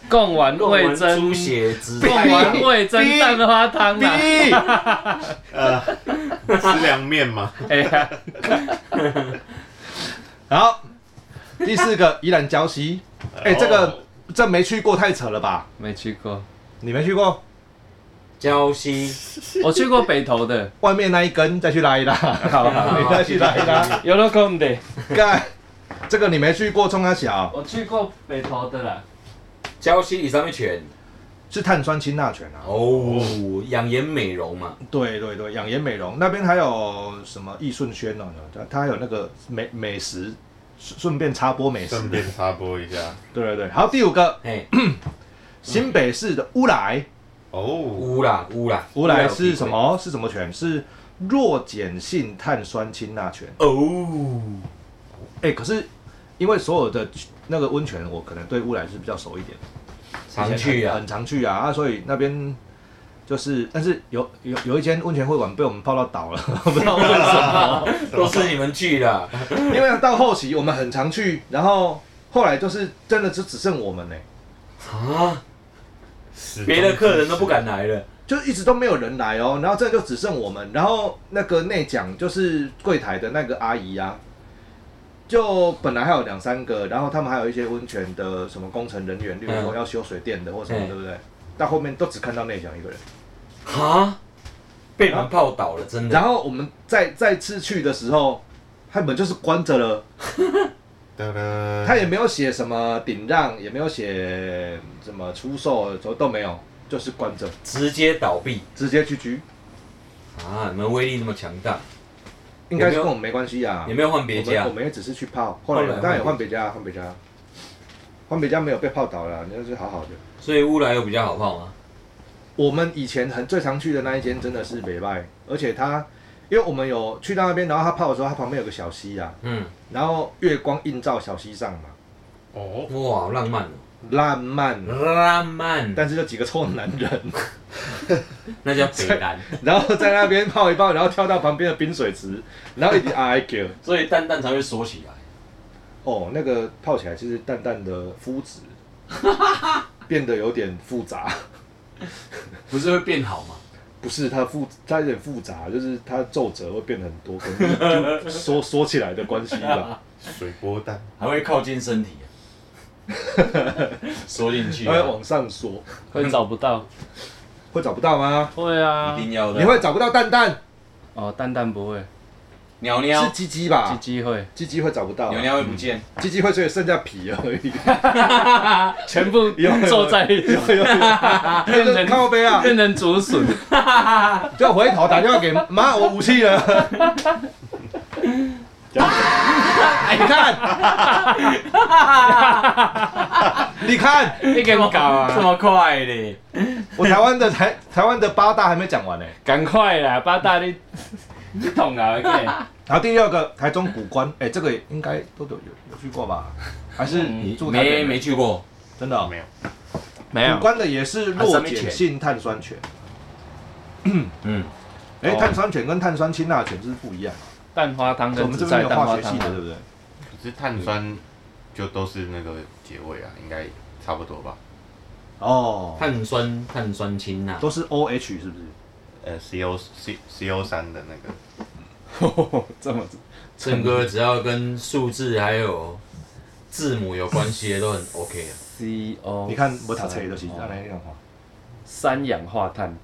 Speaker 5: 贡丸
Speaker 1: 弄
Speaker 5: 味
Speaker 1: 完
Speaker 5: 增
Speaker 1: 猪，血紫
Speaker 5: 贡
Speaker 1: 菜
Speaker 5: 丸
Speaker 1: 汤，
Speaker 5: 味增
Speaker 2: 逼
Speaker 5: 蛋花汤啊！
Speaker 2: 逼，
Speaker 3: 呃，吃凉面嘛，
Speaker 5: 哎呀，
Speaker 2: 好，第四个宜兰礁溪，哎、这
Speaker 3: 哦
Speaker 2: 个这没去过太扯了吧？
Speaker 5: 没去过，
Speaker 2: 你没去过，
Speaker 1: 礁溪，
Speaker 5: 我去过北投的，
Speaker 2: 外面那一根再去拉一拉， 好
Speaker 1: 好好
Speaker 2: 你再去拉一拉，
Speaker 5: 有了空的，
Speaker 2: 干，这个你没去过，冲它小，
Speaker 5: 我去过北投的啦。
Speaker 1: 礁溪里上面泉，
Speaker 2: 是碳酸氢钠泉啊。
Speaker 1: 哦，养颜美容嘛，
Speaker 2: 对对对，养颜美容那边还有什么益顺轩哦，它还有那个美美食，顺顺便插播美食。
Speaker 3: 顺便插播一下。
Speaker 2: 对对对，好，第五个
Speaker 1: 哎，
Speaker 2: 新北市的乌来。
Speaker 3: 哦，
Speaker 1: 乌啦乌啦，啊
Speaker 2: 乌来是什？么？是什么泉？是弱碱性碳酸氢钠泉。
Speaker 1: 哦，
Speaker 2: 哎、可是因为所有的那个温泉，我可能对乌来是比较熟一点，
Speaker 1: 常去
Speaker 2: 以前很
Speaker 1: 啊，
Speaker 2: 很常去啊，啊，所以那边就是，但是有有有一间温泉会馆被我们泡到倒了， 不知道为什么，
Speaker 1: 都是你们去的啊，
Speaker 2: 因为到后期我们很常去，然后后来就是真的就只剩我们欸呢、
Speaker 1: 啊别的客人都不敢来了，
Speaker 2: 就一直都没有人来哦，然后这就只剩我们，然后那个内讲就是柜台的那个阿姨啊，就本来还有两三个，然后他们还有一些温泉的什么工程人员，例如说
Speaker 1: 嗯
Speaker 2: 要修水电的或什么，
Speaker 1: 嗯
Speaker 2: 对不对？到后面都只看到内讲一个人，
Speaker 1: 啊，被你们泡倒了，真的
Speaker 2: 然后我们再再次去的时候，他们就是关着了，
Speaker 3: 噔噔，
Speaker 2: 他也没有写什么顶让，也没有写什么出售，都都没有，就是关着，
Speaker 1: 直接倒闭
Speaker 2: 直接去居，
Speaker 1: 啊！你们威力那么强大，
Speaker 2: 应该
Speaker 1: 有没
Speaker 2: 是
Speaker 1: 有
Speaker 2: 跟我们没关系啊
Speaker 1: 有。没有换别
Speaker 2: 我
Speaker 1: 家
Speaker 2: 们我？们也只是去泡，后来
Speaker 1: 后来
Speaker 2: 当然也换别家，换别家，换别家没有被泡倒了，那就是好好的。
Speaker 1: 所以乌来有比较好泡吗？
Speaker 2: 我们以前很最常去的那一间真的是北拜，而且它，因为我们有去到那边，然后它泡的时候，它旁边有个小溪啊，
Speaker 1: 嗯，
Speaker 2: 然后月光映照小溪上嘛，
Speaker 3: 哦，
Speaker 1: 哇，好浪漫哦，
Speaker 2: 浪漫，
Speaker 1: 浪漫，
Speaker 2: 但是就几个臭男人，
Speaker 1: 那叫北南。
Speaker 2: 然后在那边泡一泡，然后跳到旁边的冰水池，然后一直 I Q，
Speaker 1: 所以蛋蛋才会缩起来。
Speaker 2: 哦，那个泡起来其实淡淡的 肤质变得有点复杂。
Speaker 1: 不是会变好吗？
Speaker 2: 不是它复，它有点复杂，就是它皱褶会变得很多，可能就就缩缩起来的关系吧。
Speaker 3: 水波蛋，
Speaker 1: 还会靠近身体、 缩进去、啊
Speaker 2: 它会往上缩，
Speaker 5: 会找不到。
Speaker 2: 会找不到吗？
Speaker 5: 会啊
Speaker 1: 一，定要的。
Speaker 2: 你会找不到蛋蛋，
Speaker 5: 哦，蛋蛋不会，
Speaker 1: 鸟
Speaker 2: 是
Speaker 1: 鸟，
Speaker 2: 鸡鸡
Speaker 5: 鸡
Speaker 2: 吧？
Speaker 5: 鸡会，
Speaker 2: 鸡鸡会找不到
Speaker 1: 鸟，鸟会不见。
Speaker 2: 鸡鸡会只有剩下皮而已。
Speaker 5: 全部
Speaker 2: 有有
Speaker 5: 坐在一起，
Speaker 2: 有有
Speaker 5: 变
Speaker 2: 有，
Speaker 5: 成
Speaker 2: 靠背啊，
Speaker 5: 变成竹笋。
Speaker 2: 就回头打电话给妈，我武器了。哎你看，你看，
Speaker 5: 你给我搞
Speaker 1: 这
Speaker 5: 啊！
Speaker 1: 么快的？
Speaker 2: 我台湾的台台湾的八大还没讲完呢、
Speaker 5: 赶快啦，八大你你懂啊？OK，
Speaker 2: 然后第六个台中古关，哎、这个也应该都有有有去过 吧？还是
Speaker 5: 嗯
Speaker 2: 你住台
Speaker 1: 没
Speaker 2: 北？
Speaker 1: 没去过，
Speaker 2: 真的、哦
Speaker 3: 没有，
Speaker 5: 没
Speaker 2: 古关的也是弱碱性碳酸泉。
Speaker 1: 嗯，
Speaker 2: 哎、
Speaker 5: 哦
Speaker 2: 碳酸泉跟碳酸氢钠泉是不一样，
Speaker 5: 蛋花汤
Speaker 2: 我
Speaker 5: 跟
Speaker 2: 们这边
Speaker 5: 紫菜
Speaker 2: 没有
Speaker 5: 蛋
Speaker 2: 化
Speaker 5: 花
Speaker 2: 学系
Speaker 5: 汤
Speaker 2: 的，对不对？
Speaker 3: 可是碳酸就都是那个结尾啊，应该差不多吧？
Speaker 2: 哦，
Speaker 1: 碳酸碳酸氢啊钠、
Speaker 2: 都是 O H 是不是？
Speaker 3: 呃，CO C CO 三的那个，
Speaker 5: 这么
Speaker 1: 森哥只要跟数字还有字母有关系的都很 OK 啊。
Speaker 5: C O，
Speaker 2: 你看我塔车都是这样来讲话，
Speaker 5: 三氧化碳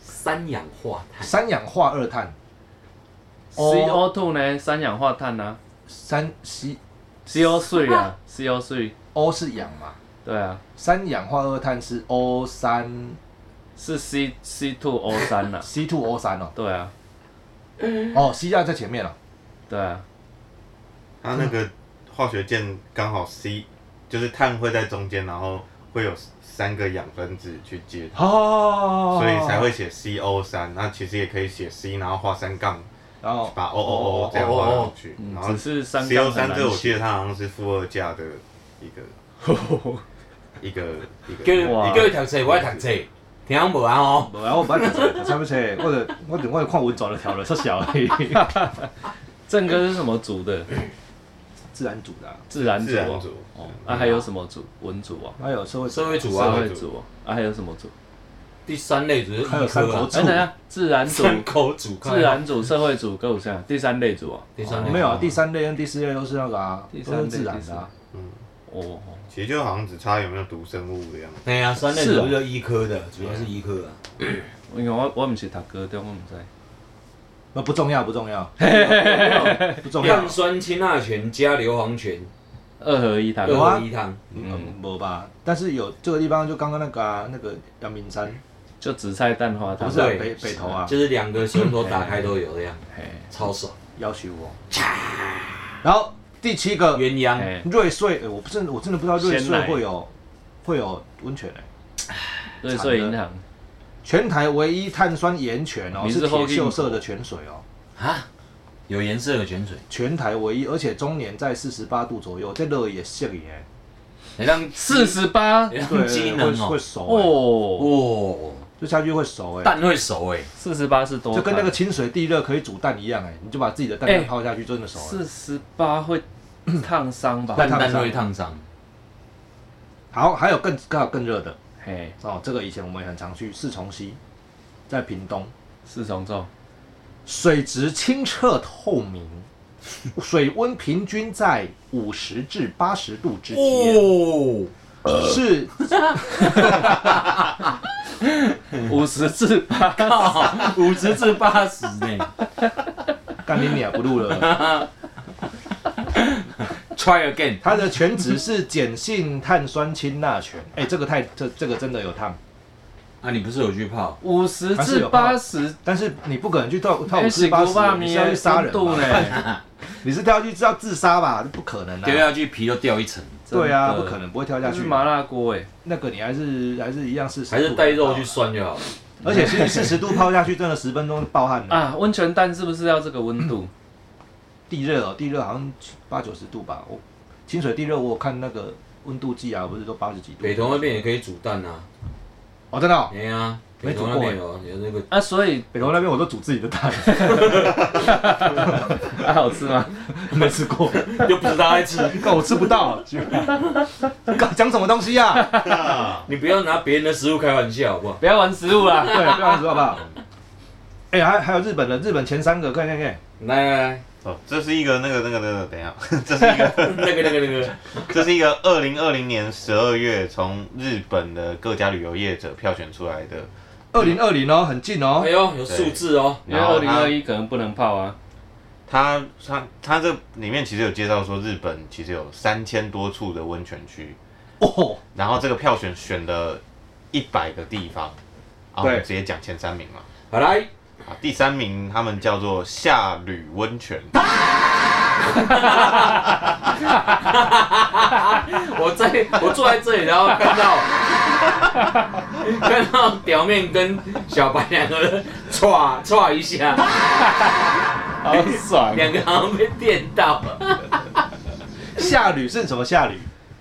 Speaker 1: 三氧化碳，
Speaker 2: 三氧化二碳哦
Speaker 5: ，C O two 呢？三氧化碳啊
Speaker 2: 三 C
Speaker 5: ，C O 3啊，C O 3
Speaker 2: O 是氧嘛，
Speaker 5: 对啊，
Speaker 2: 三氧化二碳是 O 三
Speaker 5: 是 C C two O 3啊，
Speaker 2: C two O 三哦，
Speaker 5: 对啊，
Speaker 2: 哦 C 要在前面了、
Speaker 5: 对啊，
Speaker 3: 它那个化学键刚好 C，就是碳会在中间，然后会有三个氧分子去接它，
Speaker 2: 哦，
Speaker 3: 所以才会写 CO 三。那其实也可以写 C，然后画三杠，
Speaker 2: 然后
Speaker 3: 把 O O
Speaker 2: 哦
Speaker 3: O 这样画上去，
Speaker 5: 嗯
Speaker 3: 然后
Speaker 5: 只是三杠
Speaker 3: CO
Speaker 5: 很
Speaker 3: 三
Speaker 5: 难
Speaker 3: 这我
Speaker 5: 写
Speaker 3: 记得它好像是负二价的一个 一个一
Speaker 1: 叫你
Speaker 3: 个。
Speaker 5: 哇
Speaker 1: 叫你读册，我爱读册，听无啊哦。
Speaker 2: 无啊，我唔捌读册，差不多，我就我就我就看文章就跳了，出小而已。
Speaker 5: 正哥是什么族的？
Speaker 2: 自然组的、啊，
Speaker 5: 自然
Speaker 3: 自
Speaker 5: 组
Speaker 3: 然
Speaker 5: 哦
Speaker 3: 组，嗯
Speaker 5: 哦，啊还有什么组？文组哦，
Speaker 2: 还有社会
Speaker 1: 社会主
Speaker 5: 社
Speaker 1: 啊，
Speaker 5: 会组哦，啊还有什么组？
Speaker 1: 第三类组是啊
Speaker 2: 还有三口组
Speaker 5: 哎，等一下，自然组、
Speaker 1: 三口组，
Speaker 5: 自然组、社会组歌舞下，第三类组哦，
Speaker 1: 第三类
Speaker 2: 没有啊，第三类跟第四类都是那个啊，
Speaker 5: 第三
Speaker 2: 都
Speaker 5: 类
Speaker 2: 是自然的、啊。
Speaker 5: 哦，
Speaker 3: 其实就好像只差有没有读生物的样子。
Speaker 1: 哎呀，三类
Speaker 2: 啊
Speaker 5: 是
Speaker 1: 主
Speaker 5: 哦
Speaker 1: 要医科的，主要是医科啊。
Speaker 5: 因为我我唔是读高中，我唔知。
Speaker 2: 那不重要，不重要，不重要
Speaker 1: 碳。酸氢钠泉加硫磺泉，
Speaker 5: 二合一堂
Speaker 1: 二
Speaker 2: 有啊
Speaker 1: 合一汤，
Speaker 2: 嗯，没吧？但是有这个地方，就刚刚那个啊，那个阳明山，
Speaker 5: 就紫菜蛋花汤
Speaker 2: 不，是啊
Speaker 1: 对
Speaker 2: 北北投啊，
Speaker 1: 就是两个水龙头打开都有这样，
Speaker 2: 嗯
Speaker 5: 嘿，
Speaker 1: 超爽。
Speaker 2: 要求我。然后第七个
Speaker 1: 鸳鸯，
Speaker 5: 嘿，
Speaker 2: 瑞穗，欸我不是我真的不知道瑞
Speaker 5: 鲜
Speaker 2: 穗
Speaker 5: 奶
Speaker 2: 会有会有温泉诶、
Speaker 5: 瑞穗银行，
Speaker 2: 全台唯一碳酸盐泉哦，
Speaker 5: 明
Speaker 2: 是
Speaker 5: 治后
Speaker 2: 铁
Speaker 5: 进
Speaker 2: 锈色的泉水哦，
Speaker 1: 啊，有颜色的泉水，
Speaker 2: 全台唯一，而且终年在四十八度左右，这热也泻 耶，
Speaker 1: 你让
Speaker 5: 四十八
Speaker 1: 你
Speaker 2: 对
Speaker 1: 让，机
Speaker 2: 会
Speaker 1: 能
Speaker 2: 会
Speaker 1: 哦，
Speaker 2: 熟欸，
Speaker 5: 哦，
Speaker 1: 哦，
Speaker 2: 就下去会熟哎，
Speaker 1: 蛋会熟哎，
Speaker 5: 四十八是多
Speaker 2: 就
Speaker 5: 碳，
Speaker 1: 哦
Speaker 2: 跟那个清水地热可以煮蛋一样哎，你就把自己的蛋
Speaker 5: 哎
Speaker 2: 泡下去，真的熟了。
Speaker 5: 四十八会烫伤吧？
Speaker 2: 会
Speaker 1: 蛋
Speaker 2: 烫伤
Speaker 1: 蛋会烫伤，
Speaker 2: 好，还有更更更热的
Speaker 5: 嘿，
Speaker 2: 哦，这个以前我们也很常去四重溪，在屏东，
Speaker 5: 四重奏，
Speaker 2: 水质清澈透明， 水温平均在五十至八十度之间，
Speaker 1: 哦，
Speaker 2: 是
Speaker 5: 五十至八，
Speaker 1: 靠，五十至八十呢
Speaker 2: 干你鸟不录了。
Speaker 1: ，try again，
Speaker 2: 它的全值是碱性碳酸氢钠泉，哎、这个太这这个真的有烫，
Speaker 1: 啊，你不是有去泡？
Speaker 5: 五十
Speaker 2: 还是
Speaker 5: 至
Speaker 2: 有泡
Speaker 5: 八十，
Speaker 2: 但是你不可能去跳跳舞
Speaker 5: 哎
Speaker 2: 四八十，
Speaker 5: 吧
Speaker 2: 你是要去杀人
Speaker 5: 度
Speaker 2: 吧？
Speaker 5: 呢？
Speaker 2: 你是跳下去是要自杀吧？不可能
Speaker 1: 掉
Speaker 2: 啊！
Speaker 1: 下去皮都掉一层，
Speaker 2: 对啊，
Speaker 5: 真的
Speaker 2: 不可能不会跳下
Speaker 5: 那
Speaker 2: 去
Speaker 5: 是。麻辣锅哎，
Speaker 2: 那个你还是还是一样是
Speaker 1: 还是带肉去，涮就好了。
Speaker 2: 啊而且是四十度泡下去，真的十分钟爆汗了。
Speaker 5: 啊，温泉蛋是不是要这个温 度？
Speaker 2: 地热哦，地热好像八九十度吧。我清水地热，我有看那个温度计啊，不是都八十几度？
Speaker 1: 北投那边也可以煮蛋啊，
Speaker 2: 哦，真的、哦，
Speaker 1: 哎呀，
Speaker 2: 没
Speaker 1: 北
Speaker 2: 煮
Speaker 1: 投
Speaker 2: 过
Speaker 1: 那边有有那个
Speaker 5: 啊，所以
Speaker 2: 北投那边我都煮自己的蛋，
Speaker 5: 啊，好吃吗？
Speaker 2: 没吃过，
Speaker 1: 又不知道在吃，
Speaker 2: 但我吃不到。讲讲什么东西呀、啊？
Speaker 1: 你不要拿别人的食物开玩笑，好不好？
Speaker 5: 不要玩食物 啦。
Speaker 2: 对，不要说好不好？哎、还还有日本的，日本前三个，看看看，
Speaker 1: 来来
Speaker 3: 哦，这是一个那个那个那个，等一下， 这是一个
Speaker 1: 来，那个那个那 个，
Speaker 3: 这是一个二零二零年十二月从日本的各家旅游业者票选出来的，
Speaker 2: 二零二零哦，很近哦
Speaker 1: 哎。呦，有数字哦，
Speaker 5: 因为
Speaker 3: 然
Speaker 5: 二
Speaker 3: 后
Speaker 5: 零二
Speaker 3: 它
Speaker 5: 一可能不能泡啊，
Speaker 3: 它它它这里面其实有介绍说，日本其实有三千多处的温泉区，
Speaker 2: 哦，
Speaker 3: 然后这个票选选了一百个地方，啊，我
Speaker 2: 对
Speaker 3: 们直接讲前三名嘛。
Speaker 1: 好来，
Speaker 3: 啊，第三名他们叫做夏吕温泉，
Speaker 1: 我在我坐在这里，然后看到 看到表面跟小白两个人 歘歘一下，
Speaker 5: 好爽
Speaker 1: 两个好像被电到了，
Speaker 2: 下旅是什么下旅？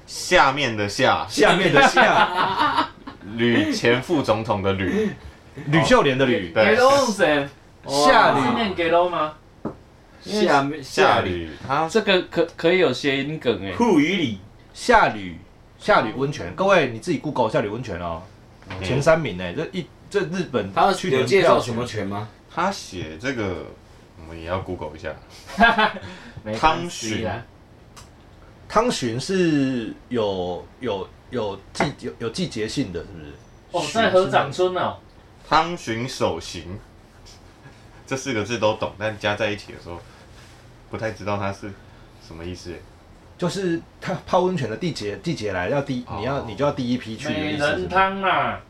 Speaker 3: 下面的下，
Speaker 2: 下面的下，
Speaker 3: 吕前副总统的吕，
Speaker 2: 吕秀莲的吕，
Speaker 3: 对
Speaker 5: Get on 噻，
Speaker 2: 下
Speaker 5: 是
Speaker 2: 旅
Speaker 5: 念 Get on 吗？因为
Speaker 1: 下面
Speaker 3: 夏
Speaker 1: 下雨
Speaker 3: 吕，他
Speaker 5: 这个可可以有谐音梗哎，
Speaker 1: 护鱼里
Speaker 2: 下旅下旅温泉，各位你自己 Google 下旅温泉哦。
Speaker 3: 嗯
Speaker 2: 前三名呢，这一这日本
Speaker 1: 他
Speaker 2: 去
Speaker 1: 有
Speaker 2: 年
Speaker 1: 介绍
Speaker 2: 票
Speaker 1: 什么泉吗？
Speaker 3: 他写这个，我们也要 Google 一下，
Speaker 5: 没
Speaker 3: 汤
Speaker 5: 关系
Speaker 3: 寻
Speaker 5: 啦
Speaker 2: 汤寻是有有有季有有季节性的，是不是？
Speaker 5: 哦，在河长村哦，
Speaker 3: 汤寻手行，这四个字都懂，但加在一起的时候，不太知道它是什么意思。
Speaker 2: 就是它泡温泉的季节季节来要第
Speaker 3: 哦
Speaker 2: 你要你就要第一批去的
Speaker 5: 美
Speaker 2: 意思是
Speaker 5: 人
Speaker 2: 不是。
Speaker 5: 汤啊啦，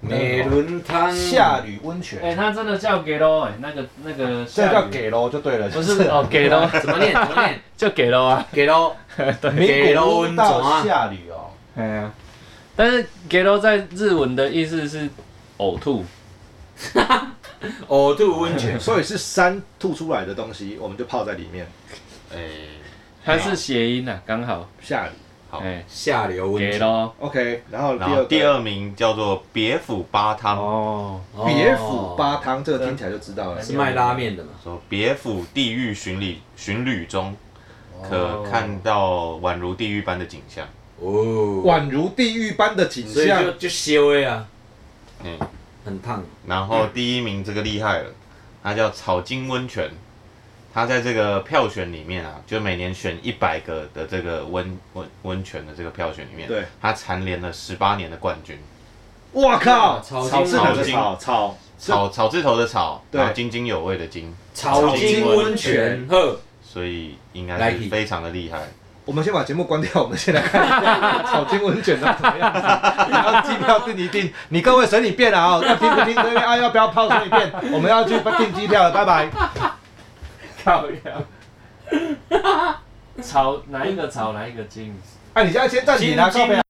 Speaker 1: 美伦汤
Speaker 2: 下旅温
Speaker 5: 哎、
Speaker 2: 泉，
Speaker 5: 他真的叫给喽，哎，那个那个
Speaker 2: 这
Speaker 5: 下
Speaker 2: 叫
Speaker 5: 雨
Speaker 2: 给喽就对了，
Speaker 5: 不是哦，给喽
Speaker 1: 怎么念？怎么念？
Speaker 5: 就给喽啊，
Speaker 1: 给喽，
Speaker 2: 名
Speaker 1: 给
Speaker 2: 古
Speaker 1: 喽
Speaker 2: 屋
Speaker 1: 温总
Speaker 2: 到
Speaker 1: 啊，
Speaker 2: 下旅哦，
Speaker 5: 哎呀、但是给喽在日文的意思是呕吐，
Speaker 1: 呕吐哦温泉。
Speaker 2: 所以是山吐出来的东西，我们就泡在里面
Speaker 3: 哎、
Speaker 5: 它是谐音啊，刚好，
Speaker 2: 下旅。
Speaker 3: 好
Speaker 5: 哎、
Speaker 1: 下流温
Speaker 5: 给
Speaker 1: 泉。
Speaker 5: 喽，
Speaker 2: OK，然后第
Speaker 3: 然后
Speaker 2: 二
Speaker 3: 第
Speaker 2: 第二
Speaker 3: 二名叫做别府八汤，
Speaker 5: 哦，
Speaker 2: 别府八汤，这个听起来就知道了。
Speaker 1: 哦是卖拉面的嘛？
Speaker 3: 说别府地狱巡礼巡旅中，可看到宛如地狱般的景象。
Speaker 1: 哦，
Speaker 2: 宛如地狱般的景
Speaker 1: 所以就
Speaker 2: 象，
Speaker 1: 就修的啊，
Speaker 3: 嗯，
Speaker 1: 很烫。
Speaker 3: 然后第一名这个厉害了，它叫草金温泉，它在这个票选里面啊，就每年选一百个的这个温温温泉的这个票选里面，
Speaker 2: 对，
Speaker 3: 它蝉联了十八年的冠军。
Speaker 2: 我靠，
Speaker 1: 草
Speaker 2: 草字头的
Speaker 3: 金
Speaker 2: 草草，
Speaker 3: 草草字头的草，
Speaker 2: 对
Speaker 3: 然后津津有味的津，
Speaker 1: 草金
Speaker 3: 金
Speaker 1: 温
Speaker 3: 温
Speaker 1: 泉，呵，
Speaker 3: 所以应该是非常的厉害。
Speaker 2: 我们先把节目关掉，我们先来看一下草金温泉长怎么样子。然后机票订一订，你各位随你便啊、哦，要听不听随便啊，要不要泡随你便。我们要去订机票了，拜拜。
Speaker 5: 靠呀，草哪一个草哪一个金？
Speaker 2: 啊，你现在先暂停啊，
Speaker 1: 金
Speaker 2: 靠
Speaker 1: 金
Speaker 2: 北